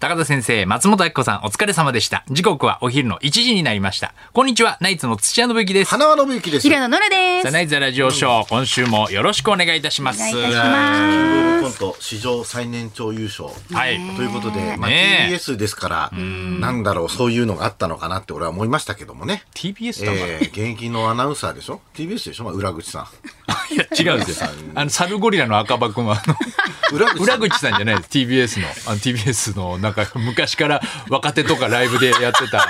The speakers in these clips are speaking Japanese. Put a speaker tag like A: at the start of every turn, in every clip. A: 高田先生、松本明子さん、お疲れ様でした。時刻はお昼の1時になりました。こんにちは、ナイツの土屋信之です。さ
B: 花輪信之です。
C: 平野ノラで
A: あ
C: す。
A: ナイツラジオショー、今週もよろしくお願いいたします。
C: お願いいたします
B: キングオブコント史上最年長優勝。
A: はい。
B: ということで、まあ、
A: ねえ
B: TBS ですから、なんだろう、そういうのがあったのかなって俺は思いましたけどもね。
A: TBS だから、
B: えー、現役のアナウンサーでしょ ?TBS でしょ、まあ、裏口さ
A: いや、違うんですよ。あの、サルゴリラの赤羽くんは、あの、
B: ん。裏口さ
A: 裏
B: ん。
A: 口さんじゃないです。TBS の。あの TBS の、なんか、昔から若手とかライブでやってた、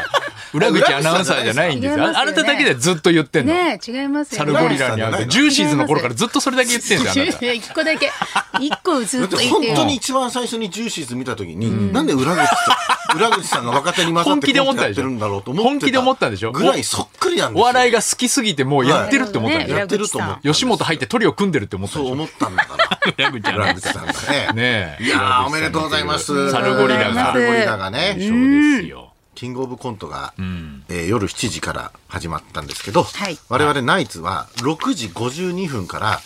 A: 裏口アナウンサーじゃないんですよ。
C: 裏口さんじゃないですよ
A: ああなただけでずっと言ってんの。
C: ねえ、違います
A: サ
C: よ
A: ル
C: ね。
A: ゴリラに
B: 裏口さんじゃ
A: 会う
B: ない
A: と
B: の
A: ジューシーズの頃からずっとそれだけ言ってんだよ、あなた。
C: いや 一個だけ、一個ず
B: だ
C: っ
B: っ
C: と
B: て
C: 言って
B: 本
C: る
B: 当。に一番最初にジューシーズ見たときに、なんで裏口さん、裏口さんが若手に混ざっ
A: 本
B: て
A: 気で
B: コ
A: 思
B: ン
A: ったで
B: トやっ
A: してょ
B: るんだろうと思ってた。
A: 本気で思ったでしょ
B: ぐらいそっくりなんです
A: お
B: よ。
A: 笑いが好きすぎてもうやってるって思ったんでしょ
C: はい
B: やってると思った。
A: 吉本入ってトリオ組んでるって思った
B: そ
A: で
B: う
A: しょ
B: 思ったん だから。
A: 裏口アナウ
B: 裏
A: ン
B: 口
A: サー
B: さんがね。
A: ねえ
B: いやーおめでとうございます。
A: サルゴリラが
B: サルゴリラがね。
A: そうですよ
B: キングオブコントが、えー夜7時から始まったんですけど、
C: はい
B: 我々ナイツは6時52分から、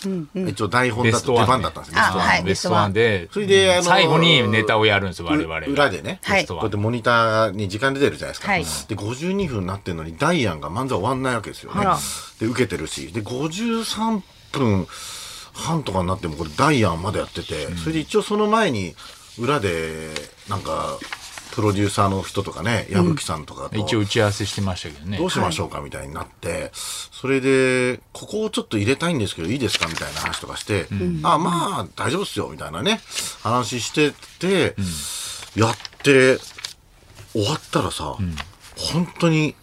B: 一応台本
A: ベ
B: だ
A: スト
B: と
A: ワ
B: 出
A: ン
B: 番だったんですね。
C: あはい
A: ベストワンで
B: それであのー
A: 最後にネタをやるんですよ我々
B: う裏でね、
C: はい
B: こうやってモニターに時間で出るじゃないですか、
C: はい
B: で52分になってるのにダイアンが漫才終わんないわけですよね
C: あら
B: で受けてるしで53分半とかになってもこれダイアンまでやってて、それで一応その前に裏でなんかプロデューサーの人とかね矢吹さんとかと、
A: 一応打ち合わせしてましたけどね
B: どうしましょうかみたいになって、それで、ここをちょっと入れたいんですけど、いいですかみたいな話とかして、あ、まあ、大丈夫っすよ、みたいなね、話してて、やって、終わったらさ、本当に、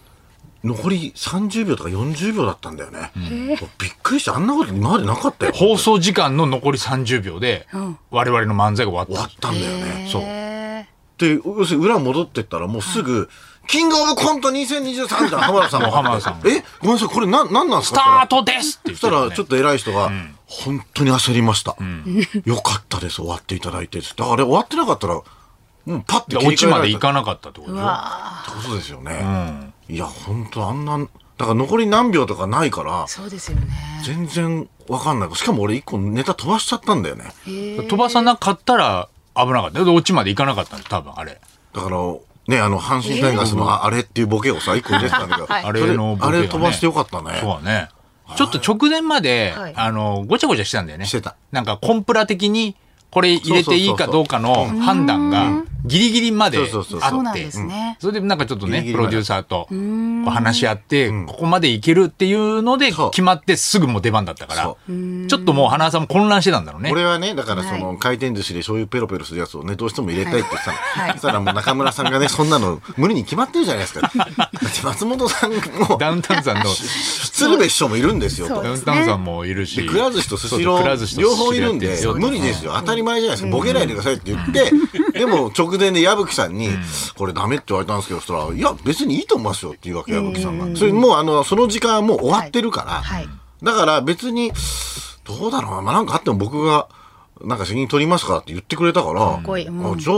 B: 残り30秒とか40秒だったんだよね。びっくりして、あんなこと今までなか ったよ。
A: 放送時間の残り30秒で我々の漫才が終
B: 終
A: わ
B: わ
A: っ
B: ったんだよね。そう。
C: え
B: で、要するに裏戻ってったらもうすぐ、キングオブコント2023みたいな浜田さんが
A: 浜田さんが
B: えごめんなさい、これなん、なんなんです
A: たス
B: か
A: タートですって言っ
B: そしてた
A: たよ
B: ら、
A: ね
B: ちょっと偉い人が、本当に焦りました。よかったです、終わっていただいて。つって、あれ終わってなかったら、もうパッて
A: だからオチまで
B: い
A: 行かなかったってことでしょ
B: ってことですよね。いや、本当あんな、だから残り何秒とかないから、
C: そうですよね。
B: 全然わかんない。しかも俺一個ネタ飛ばしちゃったんだよね。
A: 飛ばさなかったら危なかったでオチまで行かなかったんです多分あれ
B: だから、ね、あの、阪神タイガースのああれっていうボケをさ、一個入れてたんだけど、
A: あ
B: あ
A: れ
B: れ
A: のボケが
B: あ
A: ね
B: れ飛ばしてよかったね。
A: そうだね。ちょっと直前まで、
C: はい
A: あの、ごちゃごちゃしてたんだよね。
B: してた
A: なんかコンプラ的に、これ入れていいかどうかの判断がギリギリまであって、
B: そうそうそう
C: そうなんですね
A: それでなんかちょっとね、
B: ギリギ
A: プ
B: リま
A: ロ
B: で
A: デューサーとこう話し合って、ここまでいけるっていうので
B: そう
A: 決まってすぐもう出番だったから、ち
B: そ
A: ょっともう花輪さんも混乱してたんだろうね。
B: 俺はね、だからその、
C: は
B: 回転寿司で醤油ペロペロするやつをね、どうしても入れたいって言ってたの。
C: はい
B: そしたらもう中村さんがね、そんなの無理に決まってるじゃないで すか。だって松本さんも、
A: ダウンタウンさんの、
B: 鶴瓶師匠もいるんですよ
C: そう
A: ダ
B: と。
A: ウンタウンさんもいるし、
B: で、くら寿司とスシロ
A: そうくら寿司
B: ー、
A: とスシロー
B: 両方いるん
A: やっ
B: で
A: てよ、
B: 無理ですよ。当たり前じゃないですか。ボケないでくださいって言 って、でも直前で矢吹さんに、これダメって言われたんですけど、そしたら、いや、別にいいと思いますよって言うわけ、矢吹さんが。それもう、あの、その時間はもう終わってるから、
C: はいはい
B: だから別に、どうだろうな、まあ、なんかあっても僕が、なんか責任取りますからって言ってくれたから、
C: こいいうん
B: あじゃあ、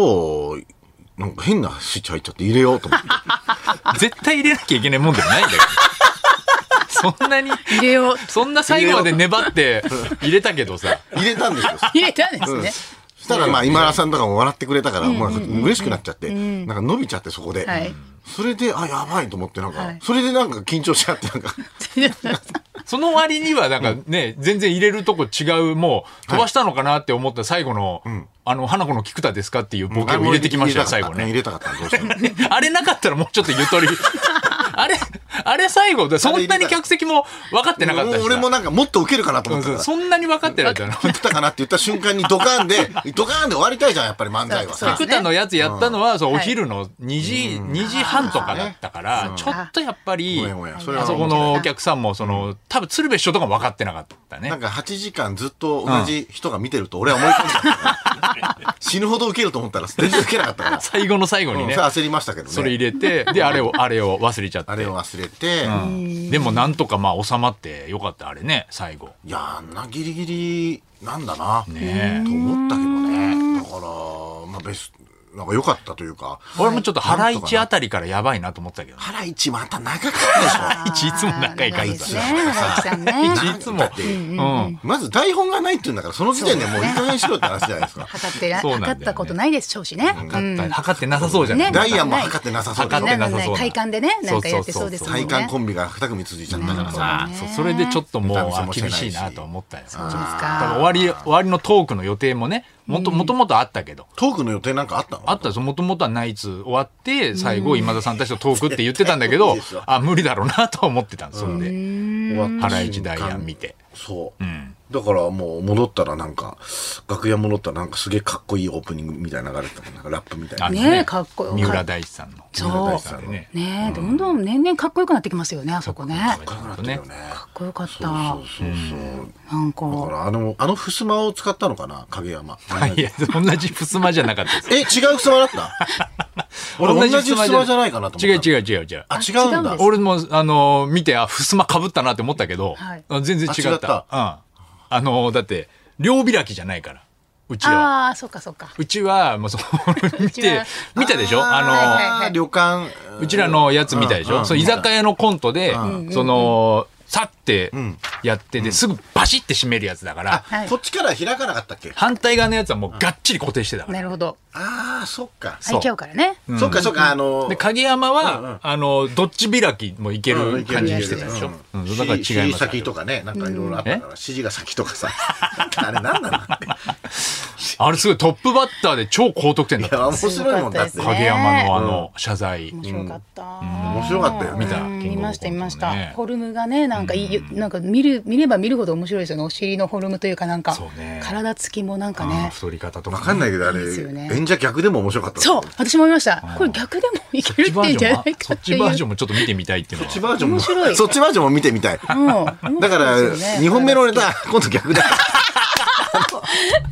B: なんか変なスイッチ入っちゃって入れようと思って。
A: 絶対入れなきゃいけないもんでもないん だよ。そんなに、
C: 入れを
A: そんな最後まで粘って入れたけどさ。
B: 入れたんで すよ。
C: 入れたんですね。
B: そしたらまあ今田さんとかも笑ってくれたから、もうなんか嬉しくなっちゃって、なんか伸びちゃってそこで、
C: はい
B: それであやばいと思ってなんか、
C: はい
B: それでなんか緊張しちゃってな んか
A: その割には、なんかね、全然入れるとこ違う、もう飛ばしたのかなって思った最後の、あの、花子の菊田ですかっていうボケを入れてきましたよ、最後ね。
B: 入れたかった入れたかったどうしても
A: あれなかったらもうちょっとゆとり。あれ、あれ最後で、そんなに客席も分かってなかったし
B: もう俺も
A: さ。
B: なんかもっとウケるかなと
A: う
B: 思っ
A: ん
B: たか
A: そう
B: ら。
A: そんなに分かってないじゃん。
B: 言ったかなって言った瞬間にドカーンで、ドカーンで終わりたいじゃん、やっぱり漫才は
C: そう
B: さ
C: そ。う
A: 菊田のやつやったのは、そうお昼の2時、2時半とかだったから、
B: うん
A: ちょっとやっぱり
B: ごめんごめん、それは
A: あそこのお客さんも、その、多分鶴瓶師匠とかも分かってなかったね。
B: なん。か8時間ずっと同じ人が見てると俺は思い込んじゃったから、死ぬほどウケると思ったら全然ウケなかったから
A: 最後の最後
B: う
A: に
B: ん
A: ね
B: それ、焦りましたけど
A: それ
B: ね。
A: 入れて、で、あれを、あれを忘れちゃって。
B: あれを忘れて、
A: うんでも、なんとかまあ収まってよかった、あれね、最後。
B: いやあんなギリギリなんだな、
A: ねえ
B: と思ったけどねだから、まあ、ベスなんか良かったというか。
A: 俺もちょっと原市あたりからやばいなと思ったけどね。
B: 腹一また長かったでしょ。
A: いちいつも仲いいから
C: 長ですね、荒木さんね。
A: いちいつも
B: だっ。て
A: うん。
B: まず台本がないって言うんだから、その時点でもういい加減にしろって話じゃないですか。
C: 測ってな、
A: そうなんだよね
C: 測ったことないでしょうしね。
A: 測った測ってなさそうじゃない
C: ね
B: ダイヤも測ってなさそうでしょ
A: 測ってなさそうな
C: 体感でね、なんかやってそうですもんね。
B: 体幹コンビが2組続いちゃったからさ。
A: そうそれでちょっともう
B: 歌舞伎
A: あ
B: もしてな
A: 厳
B: いし
A: しいなと思ったよ。
C: そうです
A: 多分
C: か。
A: 終わり終わりのトークの予定もねもともともとあったけど、
B: トークの予定なんかあったの
A: あったんですよもともとはナイツ終わって最後今田さんたちとトークって言ってたんだけど、
B: 絶対無理ですよ
A: あ無理だろうなと思ってたんですそれで
B: 終わった瞬間
A: 原市ダイアン見て。
B: そう、だからもう戻ったらなんか楽屋戻ったらなんかすげえかっこいいオープニングみたいな流れてたもんなんかラップみたいな
A: あの
C: ねえかっこよ
A: 三浦大知さんの。
C: そう
B: 三浦大知
A: さ
B: さ
A: ん
B: ん
A: で
B: の
A: ね。
C: ねえ、どんどん年々かっこよくなってきますよね、あそこね。か
B: かっこよくなってるよね
C: っこよかっ
B: そう
C: た
B: そう。そうそう
C: なんか。
B: だからあのあの襖を使ったのかな影山
A: いや同じ襖じゃなかったです。
B: え違う襖だった 俺同じ襖じゃないかなと
A: 違う
B: 思った
A: 違う違う違う。
B: あ違うん
C: あ違うん
B: だ
C: です
A: 俺も、あのー見て、あ、襖かぶったなって思ったけど、
C: はい
A: あ全然違った。
B: あ違った
A: うん。あのーだって、両開きじゃないから、うちは。
C: ああ、そうかそうか。
A: うちは、もうその、見
C: ち
A: て
C: は、
A: 見たでしょあのー
C: はいはい
B: あー旅館
A: うちらのやつみたいでしょ、
B: うんうん
A: その居酒屋のコントで、その、さってやってで、すぐバシって閉めるやつだから、
B: あ、
C: はい
B: こっちから開かなかったっけ
A: 反対側のやつはもうがっちり固定してたから。
C: なるほど。
B: ああそっか、
A: そう
C: 開いちゃうからね。
B: そっかそっかあのー
A: で、影山は、
B: うんうん
A: あの、どっち開きもいける感じにしてたでしょ、うんだから違いますよ。
B: 指先とかね、なんかいろいろあったから、指示が先とかさ、 なんかあれなんなのって。
A: あれすごいトップバッターで超高得点だっ
B: い
A: た
B: や、面白いもんだって
C: す。ごかった
A: 影
C: ですね
A: 山のあの謝罪、
C: 面白かった。
B: 面白かったよね
A: 見た
C: うん
A: キン
C: 見
A: グオ
C: ま
A: ブコ
C: した
A: ントね
C: 見ました。フォルムがねなんかいいなんか見る見れば見るほど面白いですよね。お尻のフォルムというかなんか
A: そうね
C: 体つきもなんか
A: あー
C: ね。
A: 太り方とか、
B: わかんないいけど、あれ
C: いいですよね、
B: 演者逆でも面白かった。
C: そう
B: こ
C: 私も思いました。これ逆でもい
A: そ
C: け
A: っ
C: る
A: ち
C: っ
A: バー
C: ていいん
A: ジ
C: じ
A: ョン
C: ゃ
A: も
C: ない
A: そっ
C: かってい
A: ち
C: う。
A: バージョンもちょっと見てみたいっていうの
B: っち
A: は
B: バージョンも、
C: 面白い
B: そっちバージョンも見てみたい。だ
C: うん
B: から、2本目のネタ、 今度逆だ。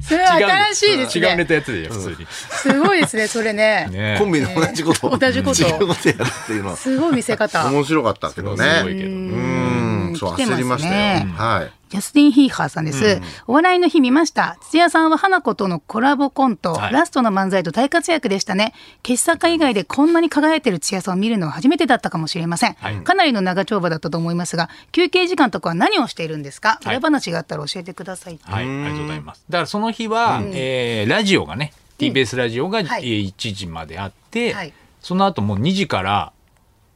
C: それは新しいです
A: 違うネ
C: ね。
A: タやってたよ普通に、
C: すごいですねそれね。
A: ね
B: コンビで同じことを。
C: 同じこと
B: 違うことやるっていうのは。
C: すごい見せ方。
B: 面白かったけどね。
A: すごいけど
B: う
A: ね
B: ん、そう、
C: 来てます
B: 焦
C: ね
B: りましたよ。はい。
C: ジャスティン・ヒーハーさんです、お笑いの日見ました土屋さんは花子とのコラボコント、
A: はい
C: ラストの漫才と大活躍でしたね傑作家以外でこんなに輝いてる土屋さんを見るのは初めてだったかもしれません、
A: はい
C: かなりの長丁場だったと思いますが休憩時間とかは何をしているんですか
A: い
C: 裏話があったら教えてください、
A: はいありがとうございますだからその日は、えーラジオがね TBS ラジオが、
C: はい
A: えー1時まであって、
C: はい
A: その後もう2時から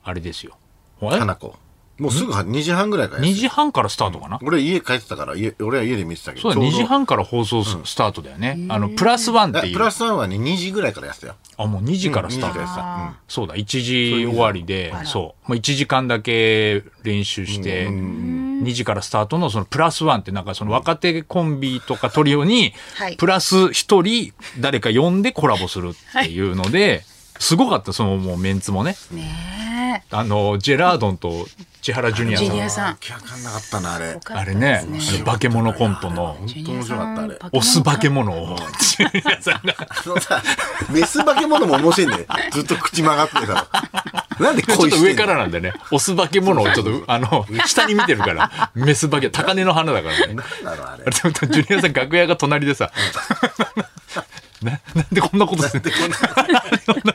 A: あれですよあれ
B: 花子。もうすぐは2時半ぐらいから
A: 2
B: やる。
A: 時半からスタートかな、
B: 俺家帰ってたから、家俺は家で見てたけど。
A: そうだ
B: ちょ
A: 2
B: ど
A: 時半から放送ス,、タートだよねあのプラスワンっ
B: だ
A: ていう
B: プラス3はね、2時ぐらいからやってたよ。
A: あもう2時からスタート
B: うん2時からスタートうん
A: そうだ1時終わりでそうもう1時間だけ練習して、2時からスタートのそのプラスワンってなんかその若手コンビとかトリオに
C: はい
A: プラス1人誰か呼んでコラボするっていうので、すごかったそのもうメンツもね
C: ね
A: あのジェラードンと千原ジュニ
C: え
A: ア
C: ジュ
A: さ
C: ニア
A: ん
C: さん
B: 気分かんなかったな、あれ。
A: あれね
C: 面
A: あの化け物コントの
B: 本当面白かった、あれ。
A: オス化け物をジュニアさんが
B: あのさ、メス化け物も面白いね。ずっと口曲がってた ら。なんで
A: ちょっ
B: 恋してんの
A: と上からなんでね、オス化け物をちょっと、 あの、下に見てるから、メス化け、高根の花だからね。
B: なんだろう、あれ。
A: でもジュニアさん楽屋が隣でさ、 ななんでこんなことする
B: で、こんな。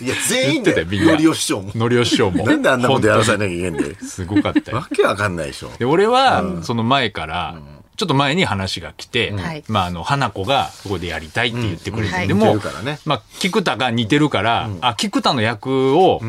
B: いや、全
A: 言
B: 員
A: ってた
B: で、
A: よ、みんな。
B: のりお師 匠も。
A: のりお師匠も。
B: なんであんなことやらされなきゃいけんで。
A: すごかったよ
B: わ。けわかんないでしょ。
A: で、俺は、その前から、ちょっと前に話が来て、
C: はい
A: まあ、あの、花子が、そこでやりたいって言ってくれて、
C: う
A: で
B: 似
C: ん
B: て
A: も、
B: るからね
A: まあ、菊田が似てるから、あ、菊田の役を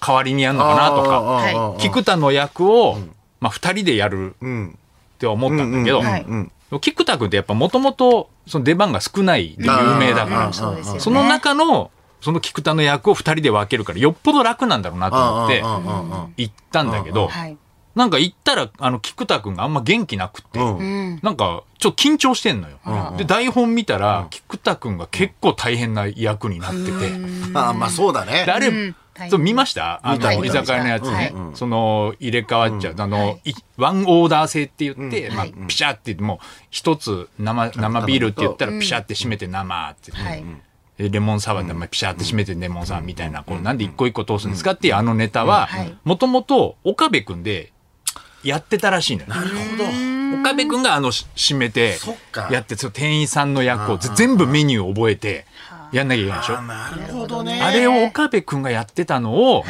A: 代わりにやるのかなとか、
C: はい
B: あー
A: 菊田の役を、まあ、2人でやる
B: うん。
A: って思ったんだけど、
C: うんうんうんはい
B: うん。
A: 菊田君ってやっぱもともと出番が少ないで有名だ
C: う
A: か
C: ん
A: ら
C: そうですよね
A: その中のその菊田の役を2人で分けるからよっぽど楽なんだろうなと思って
B: うんうんうん
A: 行ったんだけど
C: はい、
A: なんか行ったらあの菊田君があんま元気なくって
B: うん。う。
C: うんん、
A: なんかちょっと緊張してんのよ
C: う。ん
A: で台本見たら菊田君が結構大変な役になってて。
B: あーまあそうだね
A: で。あれ、
C: うん大変
A: そう見ましたあ
B: 見た
A: の
B: 見
A: 居
B: た
A: 酒屋のやつね、
B: うんうん
A: その入れ替わっちゃう、あ
C: は
A: の、いワンオーダー制って言って、
C: うん
A: まあ
C: はい、
A: ピシャって言ってもう一つ生生ビールって言った
C: う
A: ら
C: ん
A: ピシャって閉めて生って言って、
C: はい
A: でレモンサワーってまあピシャって閉めてレモンサワーみたいな、こうなんで一個一個通すんですかっていうあのネタは
C: はい
A: もともと岡部君でやってたらしいのよ。
B: なるほど。
A: 岡部君があのし締めて
B: そっか
A: やってその店員さんの役をぜ全部メニュー覚えてやんなきゃいけないでしょ
B: あ。なるほどね
A: あれを岡部君がやってたのを、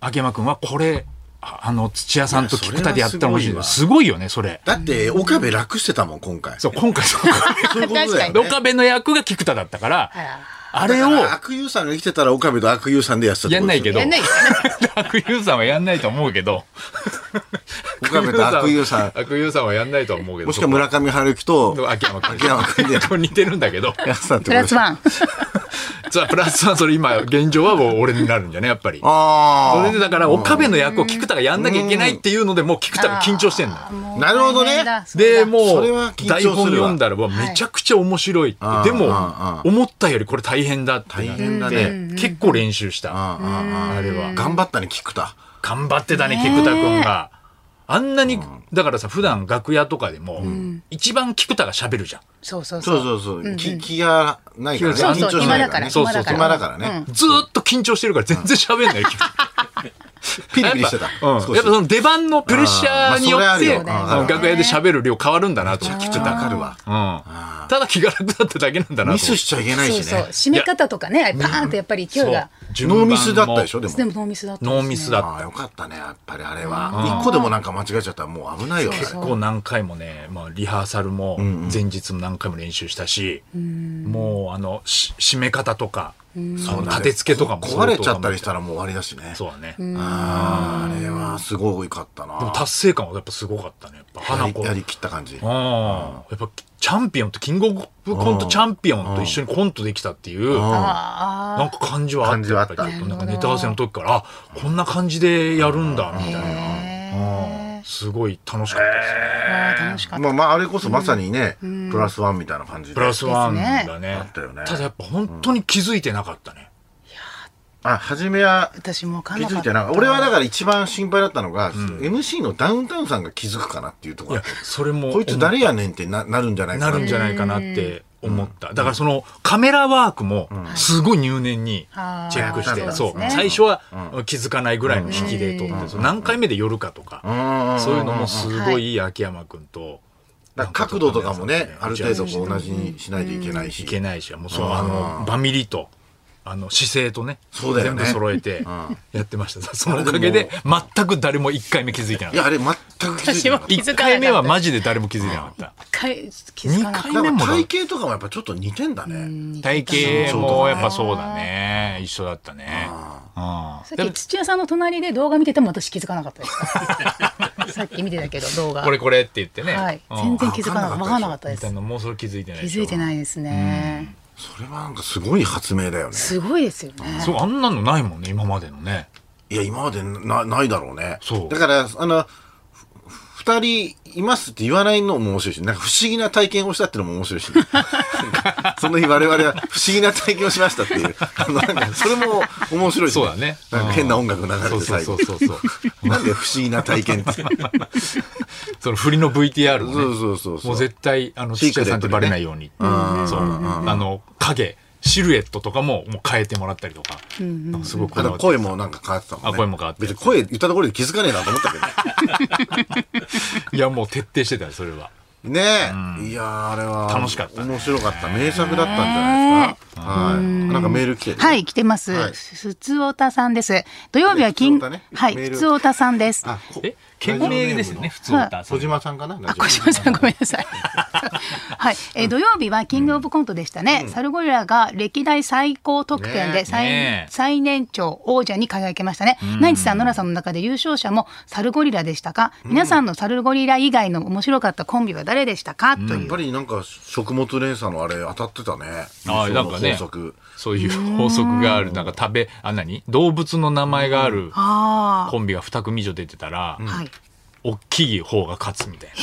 A: 秋山君はこれ、ああの、土屋さんと菊田でやったら面白い
B: いやそ
A: すごいよね、それ。
B: だって岡部楽してたもん今回
A: そう、今回そう、
B: そういうことだよね
C: 確か に
A: 岡部の役が菊田だったから、あ
B: あ
A: れを、
B: 悪友さんが生きてたら岡部と悪友さんでやってたって
A: や
B: こ
A: んな
B: と
A: いけ
B: ですよ
A: ど。
C: やんないです
A: 悪友さんはやんないと思うけど。
B: 岡部と悪友さん
A: 悪友さんはやんないと思うけど。
B: もしくは村上春樹と
A: そこは秋山君。
B: 秋 山君でや
A: これ似てるんだけど。
B: ってたってこと
C: プラスワ
B: ン
C: ン
A: じゃあプラスワン、それ今、現状はもう俺になるんじゃね、やっぱり。そ
B: あ
A: れでだから、岡部の役を菊田がやんなきゃいけないっていうので、もう菊田が緊張してんのよ。
B: あなるほどね
A: でも
B: そうれは緊張
A: 台
B: するわ
A: 本読んだらうわ
C: はい
A: めちゃくちゃ面白いって、
B: あー
A: でも
B: あー
A: 思ったよりこれ大変だって
B: 大
A: なっ
B: 変だ
A: て、
B: ね
A: 結構練習した、
B: ああああ
A: あれは
B: 頑張ったね菊田
A: 頑張ってたね菊田君が、あんなにだからさ普段楽屋とかでも、一番菊田が喋るじゃん
C: そうそう
B: そ
C: そうう
B: そうそう聞きがないからね
A: そう
C: そう
B: 緊張しない
C: 暇だから
B: ねそうそうそう暇だ
C: 暇だ
B: か
C: からら
B: ね
A: ずーっと緊張してるから全然喋んない、菊田
B: ピリピリしてた
A: やっぱ、うん、
B: 少し
A: やっぱその出番のプレッシャーによ
B: あーまあ
A: っ
B: それ
A: て、
B: あるよ
A: あの楽屋で喋る量変わるんだなと思って、
B: きっとわかるわ
A: うん、ただ気が楽だっただけなんだなと思っ
B: ミ
A: て
B: スしちゃいけない
C: そう
B: し
C: そう
B: ね
C: 締め方とかねパーンとやっぱり勢いが
A: そう
B: ノーミスだったでしょでも
C: でもノーミスだったんです
A: ノ
C: ね
A: ーミスだった
B: ああよかったねやっぱりあれは一個でもなんか間違えちゃったらもう危ないよね
A: 結構何回もね、まあ、リハーサルも前日も何回も練習したし、もうあのし締め方とか、その立て付けとかも
B: 壊れちゃったりしたたらもう終わりだしね
A: そうだね、で
B: あああれはすごい良かったな
A: も達成感はやっぱすごかったねやっぱ
B: や
A: 花
B: り
A: 子
B: やりきった感じ
A: うんやっぱチャンピオンとキングオブコントチャンピオンと一緒にコントできたっていう
C: あ
A: なんか感じはあっ
B: 感
A: た
B: じはあっ
A: や
B: た
A: ぱりちょとなんかネタ合わせの時からあこんな感じでやるんだみたい
C: あ
A: な
C: へ
A: すごい楽しかったですね
C: えわあ楽しかった
B: まあまああれこそまさにねプラスワンみたいな感じで
A: プラスワンだ
B: あ
A: ね
B: ったよね
A: ただやっぱ本当に気づいてなかったね、
B: あ初めは
C: 私もうかん
B: 気
C: なか
B: づ
C: っ
B: いてな
C: た
B: んか俺はだから一番心配だったのが、MC のダウンタウンさんが気づくかなっていうとこ
A: い
B: ろ
A: やそれも
B: こいつ誰やねんってななるんじゃないか
A: な
B: な
A: るんじゃないかなって思った、だからそのカメラワークもすごい入念に
C: あー
A: チェックして、
B: あー
A: そう
C: そうです
A: 最
C: ね
A: 初は気づかないぐらいの引きで撮って、そう何回目で寄るかとか、
B: ん
A: そういうのもすごい秋山君と。
B: だから角度とかもねある程度
A: い
B: こう同じにしないといけないし、
A: けないしもうそうあのバミリとあの姿勢とね
B: そうだよ
A: 全
B: ね
A: 部揃えてやってました、そのおかげで全く誰も1回目気づいてないかっ
B: やあれ全く気づいてなかっ
A: 1回目はマジで誰も気づいてなかった
C: 一回気づかなかった
B: た
A: 二回
B: だか
A: 目
B: ら
A: も
B: 体型とかもやっぱちょっと似てんだね
A: 体型もやっぱそうだね一緒だったね
C: さっき土屋さんの隣で動画見てても私気づかなかったです。さっき見てたけど動画。
A: これこれって言ってね、
C: はい。
A: うん
C: 全然気づかなかった。わかんなかったで
A: みたい
C: す。
A: なもうそれ気づいてない
C: 気
A: でし
C: づ
A: ょ
C: いてないですね。
B: それはなんかすごい発明だよね
C: すごいですよね。
A: そうあんなのないもんね今までのね
B: いや今までなないだろうね
A: そう
B: だからあのふ二人いますって言わないのも面白いしなんか不思議な体験をしたってのも面 白いし、その日我々は不思議な体験をしましたっていうあのなんかそれも面白いし、
A: そうだね
B: なんか変な音楽流れ
A: そう
B: て
A: そう
B: 最
A: そ
B: 後
A: うそうそう
B: なんで不思議な体 験ってそう
A: その振りの VTR もね
B: そうそうそう
A: もう絶対あの
B: シー
A: 土
B: クレ
A: 屋
B: ッ
A: さんって
B: トでね
A: バレないようにそうあの影シルエットとかももう変えてもらったりとかなんかすごくこ
B: あ
A: だ
B: と
A: わって
B: 声もなんか変わってたもんね
A: あ声も変わって
B: 別に声言ったところで気づかねえなと思ったけ ど
A: いやもう徹底してたよそれは
B: ねえ、いやーあれは
A: 楽しかったね
B: 面白かった名作だったんじゃないですか、はいなんかメール来てる
C: はい、来てます。
B: はい
C: ふつおたさんです。土曜日は
B: ふ
C: 金、
B: つおたね
C: はい、
B: メー
C: ふ
B: ル
C: つおたさんです。
B: あこ
A: え懸命ですよね普通
C: はい
A: 歌
B: 小島さんかな
C: あ、小島さんごめんなさい。はい、えー土曜日はキングオブコントでしたね。サルゴリラが歴代最高得点
B: ね
C: で最,、
A: ねえ
C: 最年長王者に輝きましたね。ナイツさん、ノラさんの中で優勝者もサルゴリラでしたか、皆さんのサルゴリラ以外の面白かったコンビは誰でしたか、と
B: や
C: い
B: っ
C: う
B: ぱ。りなんか食物連鎖のあれ当たってたね。
A: あーなんかね
B: 法則
A: そういう法則があるなんか食べあ何動物の名前がある
C: あ
A: コンビが2組以上出てたら、
C: あ、はい、
A: 大きい方が勝つみたいな。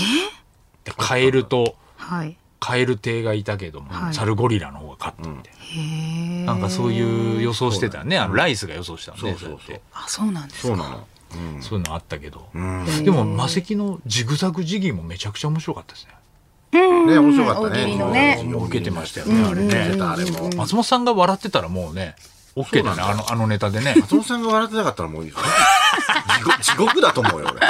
A: でカエルと
C: はい。
A: カエル亭がいたけども、
C: はい
A: サルゴリラの方が勝ったみたい
C: へえ
A: な、なんかそういう予想してたねあのライスが予想したのね
B: そうそうそう
A: そうやって
C: あ、そうなんです
B: そう
C: か。
B: なの。
A: そういうのあったけど、でも魔石のジグザグジギーもめちゃくちゃ面白かったですね
B: ね面白かったね。
C: 大喜利のね
B: そうそう受けてましたよねあれね。受けたあれも。松
A: 松本さんが笑ってたらもうね OK だね
B: そう
A: あ
B: なんだ
A: のあのネタでね
B: 本さんが笑ってなかったらもういいよね。地獄地獄だと思うよ俺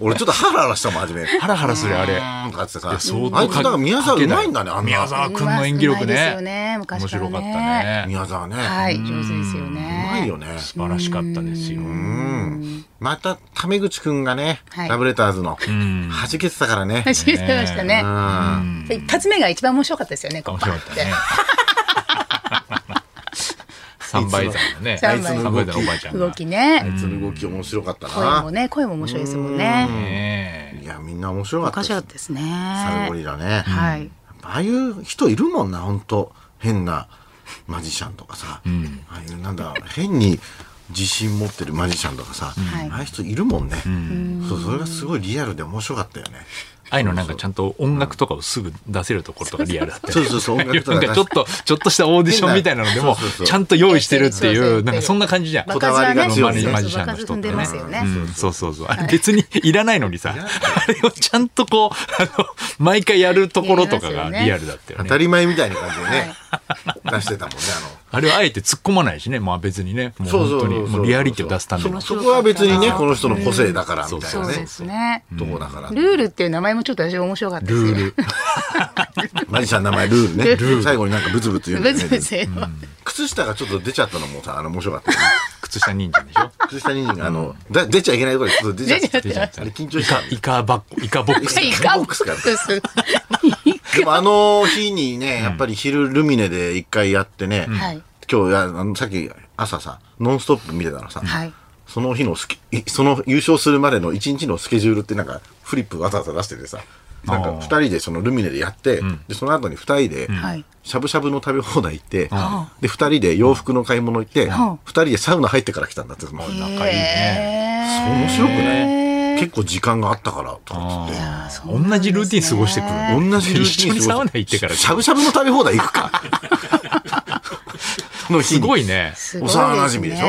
B: 俺ちょっとハラハラしたもん初め
A: ハラハラするあれ
B: うーんとかってさあいつ
A: 相当か
B: なんか宮沢うまいんだねあんな
A: 宮沢君の演技力
C: うまいです
A: ね
C: よね
A: 面
C: 昔からね
A: 白かったね
B: 宮沢ね、
C: はい、
B: う
C: 上手ですよね。
B: まいよね
A: 素晴らしかったですよ
B: うんまたタメ口くんがね、
C: はい
B: ラブレターズの
A: ん
B: 弾けてたからね、
C: 走ってましたね
B: う。ん
C: 一発目が一番面白かったですよね。こ
A: 面
C: う
A: 白かったね
C: バ
A: 三倍山のね
C: あいつ
A: 三
C: の
A: 倍
B: 動き
A: 山のおばあちゃ
C: ッ
A: ん
C: て
A: が
C: 動きね
B: あ、いつの動き面白かった
C: 声
B: な
C: も。ね、声も面白いですもんね。
A: ねえ
B: いや、みんな面白か
C: お
B: った
C: か
B: です
C: しかったですね。
B: サルゴリラね。
C: は
B: や
C: い。
B: っぱああいう人いるもんな、ほんと。変なマジシャンとかさ。ああいう、なんだ、変に自信持ってるマジシャンとかさ。
C: はい
B: ああいう人いるもんね。そう、それがすごいリアルで面白かったよね。
A: 愛のなんかちゃんと音楽とかをすぐ出せるところとかリアルだった
B: そ
A: よ
B: う
A: ね
B: そうそう、音
A: なん
B: 楽とか
A: か
B: 出し
A: ちょっとちょっとしたオーディションみたいなのでも
B: そうそうそう
A: ちゃんと用意してるって
C: そう
A: い
C: そうう
A: なんかそんな感じじゃん
C: バカはね、
B: こ
C: そ
B: だ
C: う
B: わり
C: そう
B: が
A: マ
B: 強いね
A: ジシャ
C: バ
A: ンの
C: カ
A: 人
C: 踏んでますよね。
A: うんそうそうそう。あれ別にいらないのにさ、あれをちゃんとこう、あの、毎回やるところとかがリアルだったよ
B: 当
A: ね
B: た。り前みたいな感じでね、出してたもんね、
A: あれはあえて突っ込まないしね、まあ別にね、も
B: あ
A: う
B: の。そ
A: 本
B: うそ
A: 当
B: うそう
A: に、
B: そう
A: もうリアリティを出すために。
B: そそこは別にね、この人の個性だから、
A: うん
B: みたい
C: そ
B: な
C: うで
B: ね。
C: すね。
B: どうだから。
C: ルールっていう名前もちょっと私面白かったですよ。
A: ルール。
B: マジシャンの名前ルールね。最後になんかブツブツ言うんだよ
C: 別
B: ね。
C: にですよ
B: 靴下がちょっと出ちゃったのもさ、あの、面白かった よね。
A: 靴下忍者でしょ
B: 靴下に、あの、だ出ちゃいけないところでちょっと出ちゃった。
C: 出ちゃ
A: った
B: あれ緊張した。
A: イカバッコ、イカボックス。
C: いか
B: ボックスから
C: そう
B: でもあの日にね、やっぱり昼ルミネで一回やってね、
C: はい
B: 今日や、あの、さっき朝さ、ノンストップ見てたらさ、
C: はい
B: その日のスケ、いその優勝するまでの一日のスケジュールってなんか、フリップわざわざ出しててさ、なんか
A: あー
B: 二人でそのルミネでやって、で、その後に二人で、
C: はい
B: しゃぶしゃぶの食べ放題行って、で、二人で洋服の買い物行って、
C: ん
B: 二人でサウナ入ってから来たんだって、その
A: 仲いいね。
B: 面白く
C: へ
B: な
C: ー
B: い結構時間があったからとかっつって
A: 同じルーティン過ごしてくる。
B: 同じルーティン
A: 一緒にサウナ行ってから。
B: しゃぶしゃぶの食べ放題行 くかの日
A: す
B: に
A: ごいね。
C: すごいですね
B: 幼馴染でしょ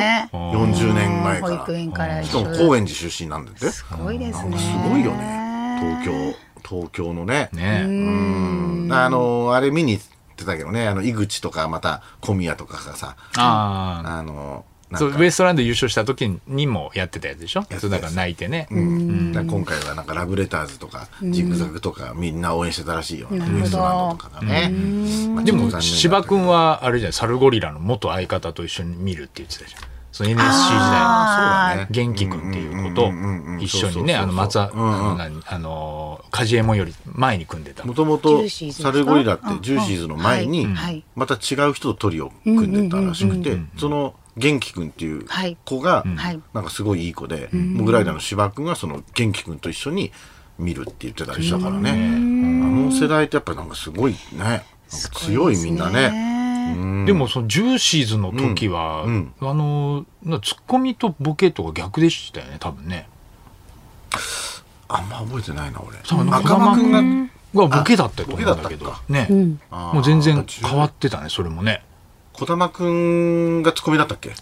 B: 40年前か
C: 保
B: ら
C: 育園から
B: し
C: 一
B: か
C: 緒
B: も高円寺出身なんだってす
C: すごいですね
B: ごいよね東京東京のね
A: ね
B: うんあのあれ見に行ってたけどねあの井口とかまた小宮とかがさ
A: ああ。
B: あのなん
A: そう、
B: か
A: ウエストランド優勝した時にもやってたやつでしょ
B: た
A: そう、だから泣いてね。
B: うんだから今回はなんかラブレターズとかジグザグとかみんな応援してたらしいよ、ウエストランドとかがね、まあ
A: で
B: ちょっと残念だ
A: も
B: ったけど
A: 芝君はあれじゃないサルゴリラの元相方と一緒に見るって言ってたじゃんその NSC 時代
B: あーそうだね
A: の元気君っていう子と一緒にねあの松あの何あの梶右衛門より前に組んでた
B: もとも
C: ジュ
B: と
C: ーシーズです
B: サ
C: か
B: ルゴリラってジューシーズの前に
C: うんはい
B: また違う人とトリを組んでたらしくてその元気くんっていう
C: はい
B: 子が
C: はい
B: なんかすごいいい子でモグライダーの芝君がその元気くんと一緒に見るって言ってたりしたからねあの世代ってやっぱなんかすごいねなんか強いみんなね
A: でもそのジューシーズの時はあのなツッコミとボケとか逆でしたよね多分ね
B: あんま覚えてないな俺
A: 多分
B: 赤間くんが
A: がボケだったと思うんだけ
B: ボケ
A: ど
B: だっ
A: ね
B: あー
A: もう全然変わってたねそれもね
B: 児玉くんがツッコミだったっけ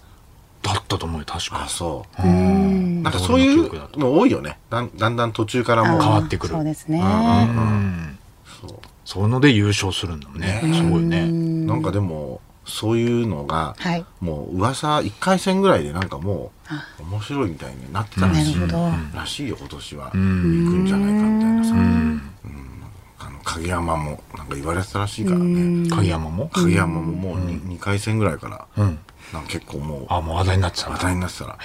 A: だったと思うよ確
B: あ
A: か
B: そうなんかそういうの多いよねだんだんだん途中からもう
A: 変わってくる
C: そうですね
A: そういうので優勝するんだもんねすごいね
B: なんかでもそういうのが、
C: はい
B: もう噂1回戦ぐらいでなんかもう面白いみたいになってたら
C: な
B: しい,、
C: るほど
B: らしいよ今年は、行くんじゃないかみたいなさ、うんあの影山もなんか言われてたらしいからね
A: 影山も
B: 影山ももう 2,、二回戦ぐらいから、なんか結構もう
A: あもう話題になってたん
B: 話
A: だ
B: 題になってたらら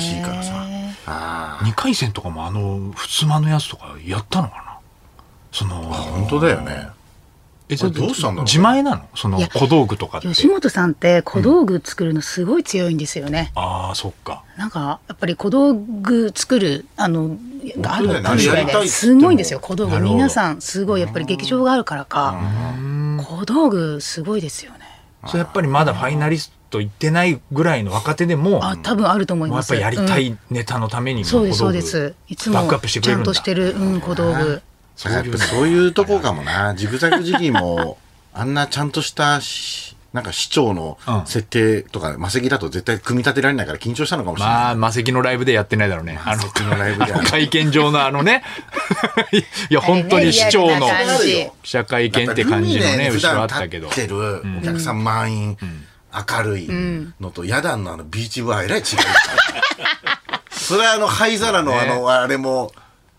B: しいからさあー
A: 2回戦とかもあのふすまのやつとかやったのかなその
B: 本当だよね
A: えそれ
B: これどうしたんだろう
A: 自前なのその
C: いや
A: 小道具とかって
C: 吉本さんって小道具作るのすごい強いんですよね
A: ああそっか
C: なんかやっぱり小道具作るあのある
B: だよね
C: あるみたい
B: やりたいって言っても
C: ですごいんですよ小道
A: な
C: 具
A: るほど
C: 皆さんすごいやっぱり劇場があるからか小道具すごいですよね
A: それやっぱりまだファイナリスト行ってないぐらいの若手でも
C: あ多分あると思い
A: もうや
C: ま
A: っ
C: す
A: ぱやりた
C: うん
A: いネタのためにも
C: そうです
A: 小
C: そ
A: 道
C: う
A: 具
C: ですいつ
A: バ
C: も
A: ックアップしてく
C: ち
A: れ
C: ゃ
A: るん
C: ん
A: だ
C: としてるうん小道具
A: そう
B: やっ
A: いう
B: ぱそういうとこかもなジグザグジ ギーもあんなちゃんとしたしなんか市長の
A: うん
B: 設定とか、魔石だと絶対組み立てられないから緊張したのかもしれない、
A: まあ魔石のライブでやってないだろうねあの
B: 魔石のライブでは
A: あの会見場のあのね いや本当に市長の
C: あれねリアルな感じ
A: 記者会見って感じの
B: だってルミネ
A: ね
B: に普
A: 後ろあ
B: 段
A: ったけど
B: 立ってるお客さん満員、明るいのと、ヤダンのあのビーチ部はえらい違う。 それはあの灰皿のあの、あれも、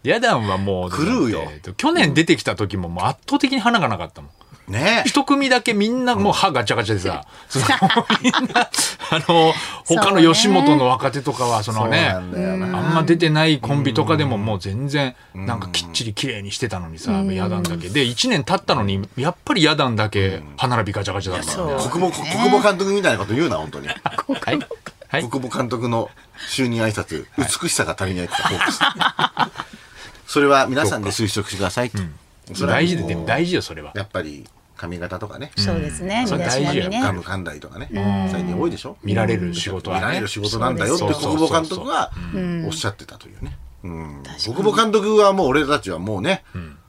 A: ヤダンはもう、
B: 狂うよ
A: だって去年出てきた時ももう圧倒的に花がなかったもん。
B: ね
A: 一組だけみんなもう歯ガチャガチャで さ、そのみんな、あの、他の吉本の若手とかは、そのね、
B: そうなんだよな
A: あんま出てないコンビとかでももう全然、なんかきっちり綺麗にしてたのにさ、ヤダンだけ。で、1年経ったのに、やっぱりヤダンだけ歯並びガチャガチャだったんだよ
C: そう
B: 国母、国母監督みたいなこと言うな、本当に。
A: はい。はい。
B: 国母監督の就任挨拶、美しさが足りないって報告してそれは皆さんで推測してくださいと。それはもう
A: 大事で、でも大事よ、それは。
B: やっぱり髪型とかね、
C: そうですね、
A: そ
C: 身
A: れ
C: だしなみ
A: 大
C: ね
B: ガ。ム噛んだりとかね、最近多いでしょ
A: 見られる仕事は
B: 見ら
A: ね
B: れる仕事なんだよって
A: そう
B: 国
A: そうそう
B: 母監督がおっしゃってたというね。うん国母監督はもう俺たちはもうね、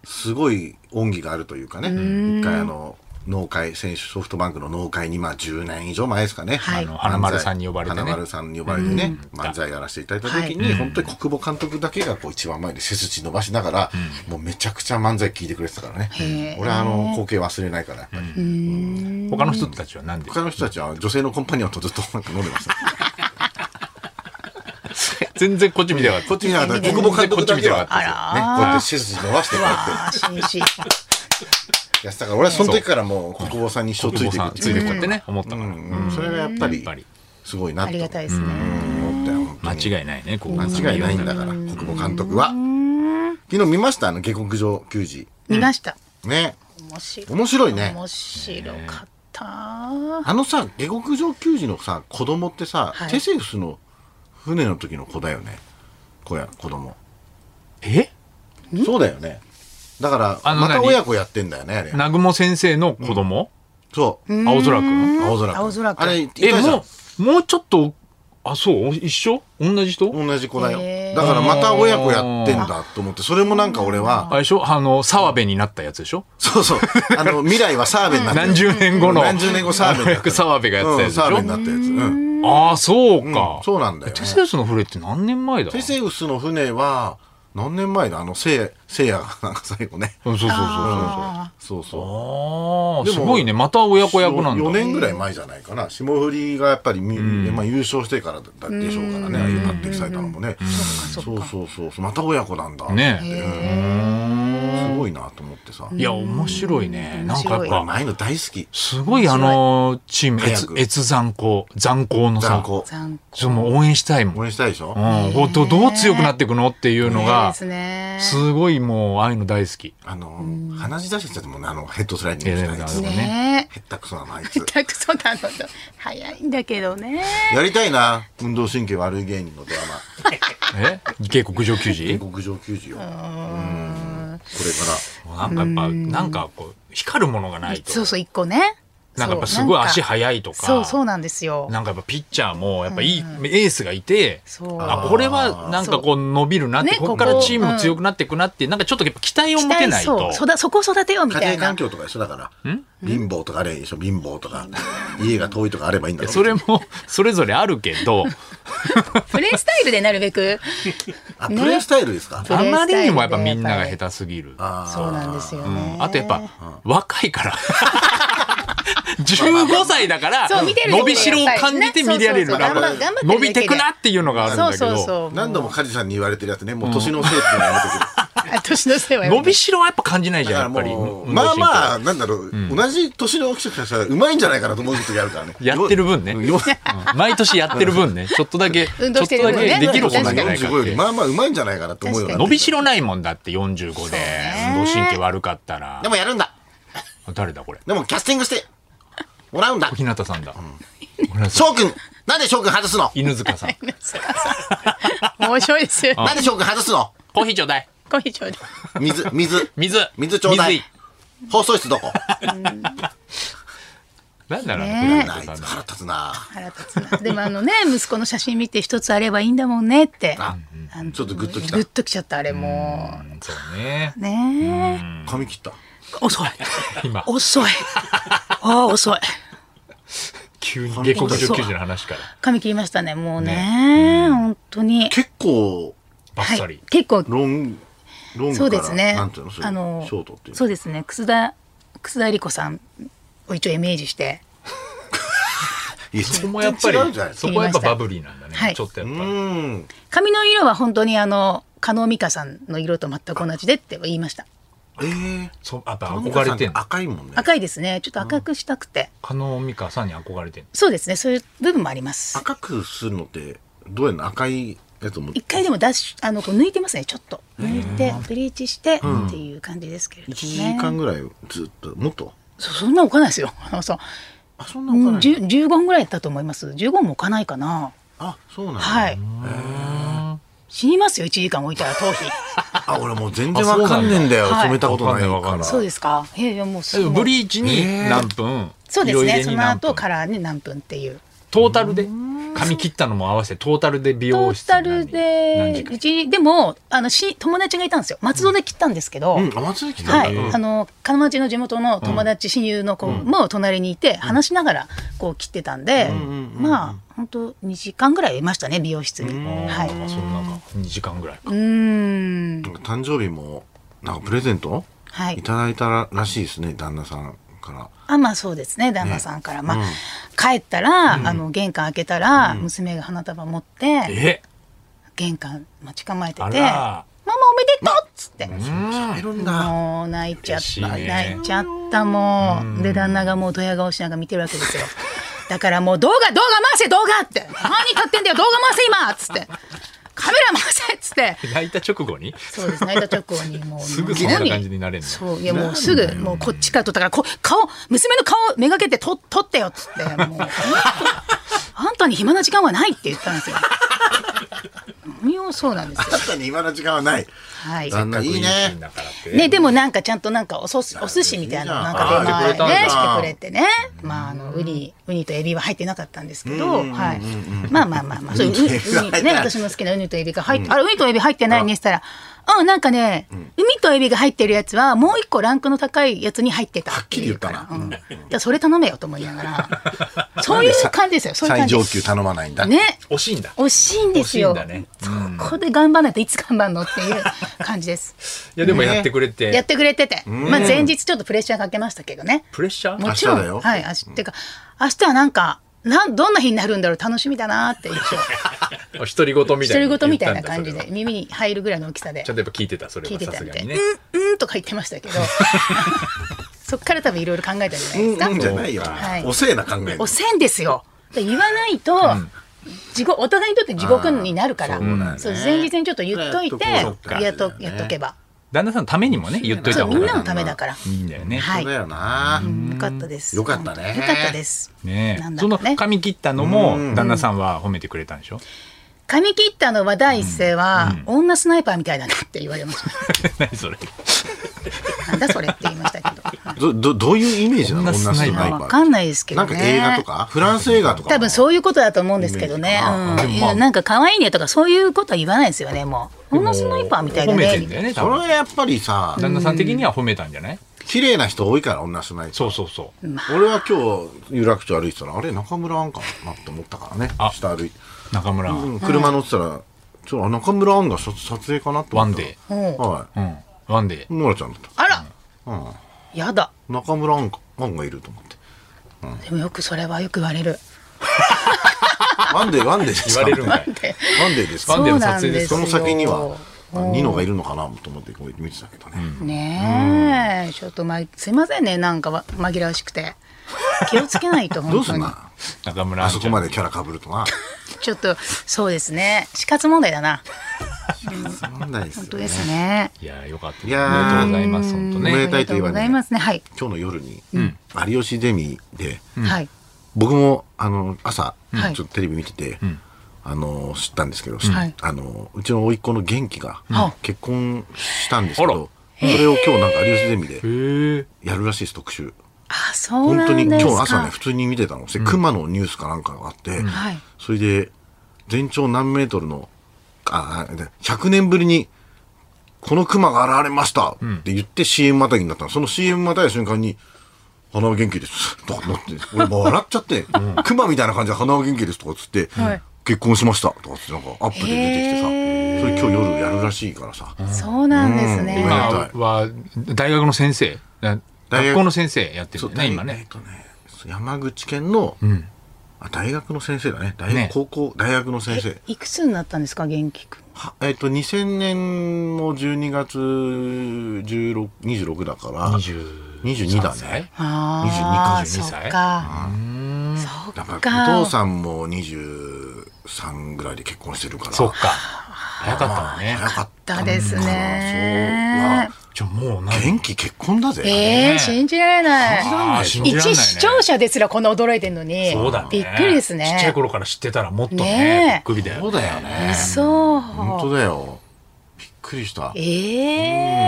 B: すごい恩義があるというかね、一回あの、農会、選手ソフトバンクの農会にまあ10年以上前ですかね、
C: はいあの
A: 花丸さんに呼ばれてね
B: 花丸さんに呼ばれてね、漫才やらせていただいた時に、本当に国母監督だけがこう一番前で背筋伸ばしながら、もうめちゃくちゃ漫才聞いてくれてたからね
C: へ。ー
B: 俺はあの光景忘れないから、やっぱり。
A: 他の人たちは何で
B: 他の人たちは女性のコンパニオンとずっとなんか飲んでました。
A: 全然こっち見てなかった
B: こっち見なかった。国母監督だけは、ね、こ
C: あら
B: うやって背筋伸ばしてこうやっ
C: あ紳士。
B: てやってたから、俺はその時からもう国母さんに一生ついていくって
A: つ
B: い
A: いうて
B: ね
A: こうやってね、思ったから。
B: うんそれがやっぱ
A: やっぱり
B: り、すごいな
C: ありが
B: と
C: たいですね。
B: 思ったよ。本当
A: 間
B: に
A: 違いないね、ここ
B: 間違いないんだから、国母監督は。昨日見ましたあの、下克上球児。
C: 見ました。
B: ね。
C: 面白い。
B: 面白いね。
C: 面白かった。
B: あのさ、下克上球児のさ、子供ってさ
C: は、い
B: テセウスの船の時の子だよね。子や、子供。
A: え
B: そうだよね。だから、
A: あの
B: また
A: 何
B: 親子やってんだよね、あれ。
A: 南雲先生の子供、
B: そう。
A: 青空くん
B: 青空くん。
C: 青空くん
B: あれ、いたじ
A: え
B: ゃん
A: もうもうちょっとあそうお一緒同じ人、
B: 同じ子だよ
C: へ。ー
B: だからまた親子やってんだと思って、それもなんか俺
A: あ
B: は、
A: れでしょあの澤部になったやつでしょ
B: そうそう、あの、未来は澤部になってる
A: 何十年後の
B: 何十年後澤部になってる。
A: 澤部がやってたやつでしょ
B: うん澤部になったやつ。うん。
A: ああそうか、
B: うんそうなんだよね
A: テセウスの船って何年前だ
B: テセウスの船は、何年前だあの、せい、せいやがなんか最後ね。
A: うんそうそうそうそう
C: あ
B: そうそう。
A: ああ
B: ですも
A: ごいねまた親子役なんだ
B: 4年ぐらい前じゃないかな。霜降りがやっぱりみ、まあ優勝してからだったでしょうからね、ああいう抜擢されたのもね。
C: そ
B: そ
C: っかそっ
B: う
C: か
B: そうそうそう。また親子なんだ。
A: ね
C: へ
A: え
C: え
B: すごいなと思ってさ。
A: いや面白いねなんかやっ
C: 面白
B: 俺、
A: ぱ
B: 前の大好き。
A: すごいあのチーム
B: 早
A: 越
B: く
A: 越残高残高の
B: 残
A: さ
B: 酷。
C: 残
A: その応援したいもん、
B: 応援したいでしょ、
A: うん、こうどどう強くなっていくのっていうの
C: 酷で
A: が
C: すね。
A: すごいもうああいうの大好き。
B: あの、鼻血出してたもんね、あの、ヘッドスライディングしたやつ。
A: いや
B: へ
A: いやいや
C: ね
B: ったくそなの、あいつ
C: え。。たくそなのと早いんだけどね。
B: やりたいな、運動神経悪い芸人のドラマ。
A: え下克上球
B: 英
A: 児
B: 国上球児よ。これか
A: なんかやっぱ、なんかこう、光るものがないと。
C: そうそう一個ね。
A: なんかやっぱ
C: そう
A: すごい
C: なんか
A: 足速いとか。
C: そうそうなんですよ。
A: なんかやっぱピッチャーも、やっぱいい、エースがいて、
C: そう
A: あこれはなんかこう伸びるなって、
C: ね
A: ここか
C: こ
A: ら
C: こ
A: チームも強くなっていくなって、なんかちょっとやっぱ期待を持てない
C: そ
A: と
C: う。そだそこ育てようみ
B: ら、
C: た
B: 家
C: い
B: 庭環
C: な。
B: 境とかでしょ、だから。貧乏とかあれでしょ、貧乏とか。家が遠いとかあればいいんだろう。
A: それも、それぞれあるけど、
C: プレースタイルでなるべく。
B: あ、プレースタイルですか、
C: プレ
A: あ
C: ースタイルで
A: まりにもやっぱみんなが下手すぎる。
B: あー
C: そうなんですよね。
A: あとやっぱ、若いから。15歳だから
C: そう見てる人
A: 伸びしろを感じて見られる
C: そうそう
A: なん
C: そう
A: か
C: 頑張頑張ってるだけで
A: 伸びてくなっていうのがあるん
C: そ
A: だ
C: う
A: け
C: そう
A: ど
C: そう。
B: 何度も梶さんに言われてるやつね、もう年のせいっていうのはやめてくる。
C: あ年のせいはやめ
A: 伸
C: て
A: びしろはやっぱ感じないじ
B: だか
A: ゃ
B: ら
A: んやっぱり
B: もう
A: 運動
B: まあ
A: 神経
B: まあなんだろう、同じ年の大きさからしたらうまいんじゃないかなと思う時があるからね
A: やってる分ね
B: よ
A: うん毎年やってる分ねちょっとだ け
C: 運動してる分ね
A: ちょっとだけできる方なんじゃないかっ
B: 45より
A: て
B: まあまあうまいんじゃないかなと思うようにな
A: 伸
B: って
A: び
B: き
A: しろないもんだって45で運動神経悪かったら
B: たでもやるんだ
A: 誰だこれ
B: でもキャスティングしてもらう んだ
A: 小日向さんだ
B: 翔くんなんで翔くん外すの
A: 犬塚 さん
C: 面白いですよ。
B: なんで翔くん外すの
A: コーヒーちょうだい
C: こんにちは。
B: 水水
A: 水
B: 水ちょうだい放送室どこ
A: なんだろう
C: ね
A: ね
B: あい
A: 小日向さん
B: つ腹立つな
C: 腹立つな。でもあのね、息子の写真見て一つあればいいんだもんねって。
B: あ
C: あの
B: ちょっとグッときた
C: グッときちゃった、あれも
A: うんそうね
C: う。ねえ。
B: 髪切った
C: 遅い。
A: 今
C: 遅い。 ああ、遅い。
A: 急に下克上球児の話から
C: 髪切りましたね、もうね。本当に。
B: 結構
A: バッサリ
C: 結構、
B: ロンロン
C: そ
B: か
C: うで
B: ら
C: すね。
B: なんていうのそういう
C: あの
B: ショートっていうの
C: そうですね。楠田、楠田理子さんを一応イメージして。
B: いや
A: そこもやっぱり
B: 全然違うじゃないです
A: そ
B: か
A: こはやっぱバブリーなんだね、
C: はい
A: ちょっとやっ
B: う
A: ぱり、
B: ん
C: 髪の色は本当にあの加納美香さんの色と全く同じでって言いました
B: ええ
A: そうやっぱ憧れてんの
B: 赤いもんね
C: 赤いですねちょっと赤くしたくて、
A: 加納美香さんに憧れてんの
C: そうですねそういう部分もあります
B: 赤くするのってどうやんの赤いやつも
C: 一回でもダッシュあのこう抜いてますねちょっと抜いてブリーチしてっていう感じですけれどもね、
B: 一時間ぐらいずっともっと
C: そそんな置かないですよあのそう
B: あそんな
C: う
B: お
C: ん、
B: 金ない
C: 10 15分ぐらいだったと思います15分も置かないかな
B: あそうなんだ
C: はい死にますよ1時間置いたら 頭皮
B: あ俺もう全然わかんねえんだよ
C: あそうなんだ
B: 染めたことないか
A: はいわかんないわかん
B: ら
A: ない
C: そうですかいやいやもうす
A: でも
C: もう
A: ブリーチに何分、
C: そうです
A: 色入
C: ね
A: れ
C: そ
A: に
C: の
A: 何
C: 後
A: 分
C: カラーに何分っていう
A: トータルで髪切ったのも合わせてトータルで美
C: ト
A: 容
C: ー
A: 室
C: タ
A: に
C: ル
A: 何
C: で
A: 時間
C: うちでもあのし友達がいたんですよ松戸で切ったんですけど、
B: うんあ祭り来た
C: は
B: ん
C: い、
B: だ
C: あの金町の地元の友達、親友の子も隣にいて、話しながらこう切ってたんで、まあ本当2時間ぐらいいましたね美容室に。はい、
A: あ
C: う
A: そのなんか2時間ぐらいか
C: ーん
B: なんか誕生日もなんかプレゼント
C: はいい、
B: ただいたらしいですね旦那さんから
C: あまあそうですね旦那さんから、まあ、帰ったら、あの玄関開けたら、娘が花束持って
A: え
C: 玄関待ち構えてて
A: あ
C: 「ママ
A: ら
C: おめでとう!」っつって。
B: いるんだ
C: もう泣いちゃっ、
A: 嬉したいね
C: 泣いちゃったもうで旦那がもうドヤ顔しながら見てるわけですよだからもう動画動画回せ動画って何撮ってんだよ動画回せ今っつってカメラ回せっつって
A: 泣いた直後に
C: そうです泣いた直後にもう
A: すぐそんな感じになれんの
C: そういやもうすぐもうこっちから撮ったからこ顔娘の顔めがけて撮撮ってよっつってもうあんたに暇な時間はないって言ったんですよ何をそうなんですよ
B: 確かに今の時間はない
C: はい
B: 旦那いいね
A: だからって
C: ね、でもなんかちゃんとなんかおそすお寿司みたいなのなんか
B: あ
A: ー
C: 出前
B: してくれたんだ
C: ねしてくれてね、まああのウニウニとエビは入ってなかったんですけど、はい、まあまあまあまあ、そうウニ
B: ウニとエビが入ってない
C: ウニね私の好きなウニとエビが入って、あれウニとエビ入ってないねしたら、うんなんかね、海とエビが入ってるやつはもう一個ランクの高いやつに入ってたっていうから、
B: はっき
C: うん、だからそれ頼めよと思いながら、そういう感じですよ、そういう
B: 最
C: 感じ
B: 上級頼まないんだ
C: ね。
A: 惜しいんだ
C: 惜しいんですよ。
A: 惜しいんだね
C: そこで頑張らないといつ頑張るのっていう感じです。
A: いやでもやってくれて、
C: やってくれてて、まあ、前日ちょっとプレッシャーかけましたけどね
A: プレッシャー
C: もちろ
B: 明日だ
C: ん
B: よ
C: はい明日ってか明日はなんかなんどんな日になるんだろう楽しみだな って一応
A: 独り言みたいな
C: 独り言みたいな
A: 言ったんだ
C: 感じ
A: そ
C: で
A: れは
C: 耳に入るぐらいの大きさで
A: ちゃんとやっぱ聞いてたそれ
C: 聞い
A: は
C: て
A: さ
C: た
A: す
C: み
A: が
C: たい
A: に
C: で
A: ね
C: 「うんうん」とか言って ましたけどそっから多分いろいろ考えたんじゃな
B: う
C: いですか、
B: んうんじゃないよ
C: はい
B: おせえな考え
C: おせんですよで言わないと、地獄お互いにとって地獄になるからそう,、前日にちょっと言っといて
B: やっとこう
C: やっとやっとけば、
A: 旦那さんのためにもね言っとい
C: そ
A: た
C: う
A: 方
C: みんな
A: が
C: のためだから、
A: いいんだよね、
C: はい
B: そうだよな
C: よかったです。
B: よかったね
C: よかったです。
A: ね
C: なんだ
A: そ
C: ろ
A: の
C: うね。
A: 髪切ったのも旦那さんは褒めてくれたんでしょ、
C: 髪切ったのは第一声は、女スナイパーみたいだなって言われまし
A: 何それ
C: た。なんだそれって言いましたけど。はい
B: どどどういうイメージなの
A: 女
B: 女スナイ
C: い
A: スナ
B: パ
C: や
A: イ
B: ー
C: わかんないですけ
B: な
C: ど
B: んか
C: ね。
B: 映画とかフランス映画とか
C: 多分そういうことだと思うんですけどね。
A: ー
C: うん
A: で
C: い
A: もまあ
C: やなんか可愛いねとかそういうことは言わないですよね。もう女スナイパーみたいだ
A: 褒めてんだ
C: ね。
A: よね多
B: それ
A: 分
B: はやっぱりさ
A: 旦那さん的には褒めたんじゃない、
B: 綺麗な人多いから女スナイパー
A: そうそうそう
B: 俺は今日有楽町歩いてたらあれ中村アンかなって思ったからね
A: あ
B: 下歩いて、
A: 中村、
B: うん、車乗ってたらちょっとあ中村アンが撮撮影かなって思
A: ワン
B: った
A: デ
C: うん
B: は
A: うんワンデー
B: いノラちゃんだった
C: あら、やだ。
B: 中村アンかアンがいると思って
C: でもよくそれはよく言われる。
B: ワンデーワンデーです
A: 言
B: か
A: われるんかい。
C: で
B: ワンデーです
A: ワ
B: か
A: ンデーの
C: そうな
A: 撮
C: ん
A: 影
C: で
A: ですす
B: そ
C: よ
B: の先にはあニノがいるのかなと思ってこう見てたけどね、
C: ねえ、ちょっとますいませんねなんかわ紛らわしくて気をつけないと
B: どう
C: 本
B: す
C: 当
B: ん
C: に
B: な
A: 中村
B: あそこま
A: で。
B: でキャラかぶるとな
C: ちょっとそうですね死活問題だな
B: 問題です
C: 本当
B: よ
C: ですね
A: いやー、よかった。
B: いやー
A: おめでとうございます。本当
B: おめ
A: ね
B: で。たいと言えば
C: ありがござ
B: ね
C: いますねはい、
B: 今日の夜に、有吉ゼミで
C: はい
B: 僕もあの朝、
C: はい
B: ちょっとテレビ見てて、あの知ったんですけど、し
C: はい
B: あのうちの甥っ子の元気が
C: うん
B: 結婚したんですけ
A: あら
B: ど、それを今日なんか有吉ゼミで
A: へえ。
B: やるらしいです特集
C: あそう
B: 本
C: な
B: 当に
C: んで
B: 今
C: すか
B: 日朝ね普通に見てたの、で熊のニュースかなんかがあって、
C: はい
B: それで全長何メートルのああ100年ぶりにこの熊が現れましたって言って CM またぎになったのその CM またぎの瞬間に「鼻は元気です」とかなって俺もう笑っちゃって「熊みたいな感じで鼻は元気です」とかっつって
C: はい
B: 「結婚しました」とかっつってなんかアップで出てきてさそ
C: へー
B: れ今日夜やるらしいからさ
C: そうなんですね、
B: うん
A: 今
B: 今
A: は大学の先生。だ
B: 大学
A: 学校の先生やってるんだよね、今
B: えっ
A: ね。
B: とね山口県のあ大学の先生だね大学、
A: ね
B: 高校大学の先生
C: えいくつになったんですか元気くん
B: はえっ、と2000年の12月16 26だから
A: 20
B: 22だね
C: ああ
A: 22歳
C: そっかそっ
B: だから
C: か
B: お父さんも23ぐらいで結婚してるから
A: そっか早かったのね
B: 早かったんかな
C: です
B: そう
C: ね
A: じゃあもう
B: うわ
A: 何
B: 元気結婚だぜ、
C: え
A: ね
C: ー、信じられない
A: あー信じられない
C: 一
A: ね
C: 視聴者ですらこんな驚いてんのに
A: そうだね
C: びっくりですね
A: ちっちゃい頃から知ってたらもっとね
C: ねえ
A: びっくりだ
B: そ
A: よ
B: うだよね
C: そう
B: 本当だよびっくりした
C: え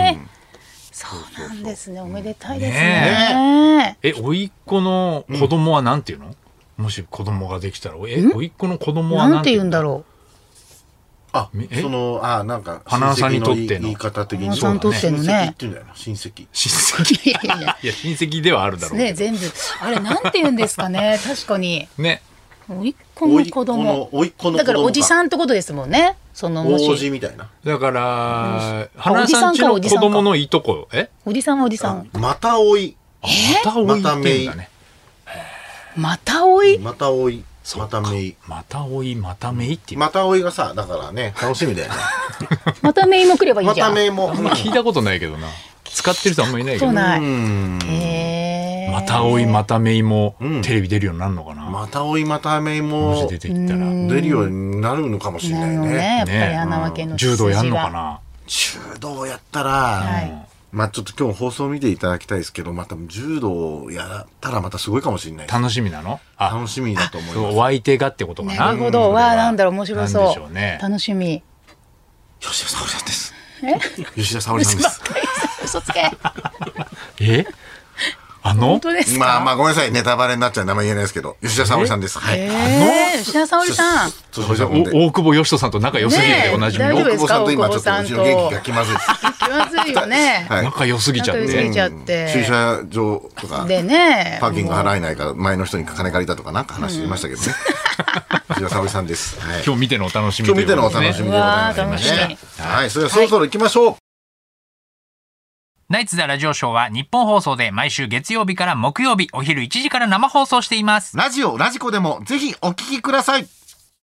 C: えそうなんですね。おめでたいですね。
A: え甥っ子の子供はなんていうの、もし子供ができたらえ甥っ子の子供は
C: なんて言うん
A: だ
C: だろ
B: あ
A: みえ
B: そのあなんか
A: 花輪さんにとっての
B: 親戚言い方的に
C: 花輪さんにとってのね
B: 親戚っていうんだよな親戚
A: 親
C: う。
A: 戚
C: いやいやいや。
A: いや親戚ではあるだろう
C: ね
A: けど
C: 全部あれなんて言うんですかね確かに
A: ね
C: 甥っ子の子供
B: 甥っ子の甥っ子の子供
C: だからおじさんってことですもんねそのも
B: 王子
C: し
B: みたいな
A: だから
C: お
A: 花
C: じさ
A: さ
C: ん
A: ん
C: か
A: ちの
C: お
A: 子
C: じさんか
A: 供のいとこえ
C: おじさんはおじさん
B: また甥い
A: また甥っていうんだね
C: また甥い
B: また甥いまためい
A: また甥また姪っていう、
B: また甥いがさだからね楽しみだよね
C: まためいも来ればいい
B: ま
C: じゃ
B: た
C: ん
B: めいも
A: あんま聞いたことないけどな使ってる人あんまりいないけ
C: そ
A: ど
C: うない
B: うん
C: へー
A: また甥また姪も
B: うん
A: テレビ出るようになるのかな、
B: また甥いまためい
A: もし
B: も
A: 出てきたら、
B: 出るようになるのかもしれな
C: な
B: い
C: の
B: ね
C: ねやっぱり穴分けの
A: 柔道やんのか
C: 筋が
A: な
B: 柔道やったら、
C: はい
B: まあちょっと今日放送見ていただきたいですけどまた柔道やったらまたすごいかもしれない
A: 楽しみなのあ
B: 楽しみだと思い
A: そう
B: ま
A: お相手がってことかな
C: なるほどわあなんだろう面白
A: なん
C: そ
A: でしょうね
C: う楽しみ
B: す吉田沙保里さんです吉田沙保里さん
C: 嘘
B: で
C: ばっ
B: す
C: かり嘘つけ
A: えあの
C: 本当ですか
B: まあまあごめんなさいネタバレになっちゃう名前言えないですけど吉田沙保里さんですはい、
C: えー、吉田沙保里さん。
B: そうそうそうで
A: お大久保嘉人さんと仲良すぎるでおなじみ
C: ねえ
A: の、
C: 大
B: 大
C: 丈夫
B: 久保さんと今ちょっと
C: 大
B: うちの
C: 久保さんと
B: 元気が気まずいです
C: 気まずいよね。
B: はい
A: 仲良すぎちゃっ
C: 仲良すぎ
A: て
C: ちゃって
B: 駐車場とか
C: でね。
B: パーキング
C: もう
B: 払えないから前の人に金借りたとかなんか話しましたけどね、吉田沙保里さんです、はい、
A: 今日見てのお楽しみ
B: 今日見てのお楽しみでございま
C: うわー楽
B: す
C: し
B: ね
A: み
B: はいそれではそろそろ行きましょう、
D: ナイツザラジオショーは日本放送で毎週月曜日から木曜日お昼1時から生放送しています。
B: ラジオラジコでもぜひお聞きください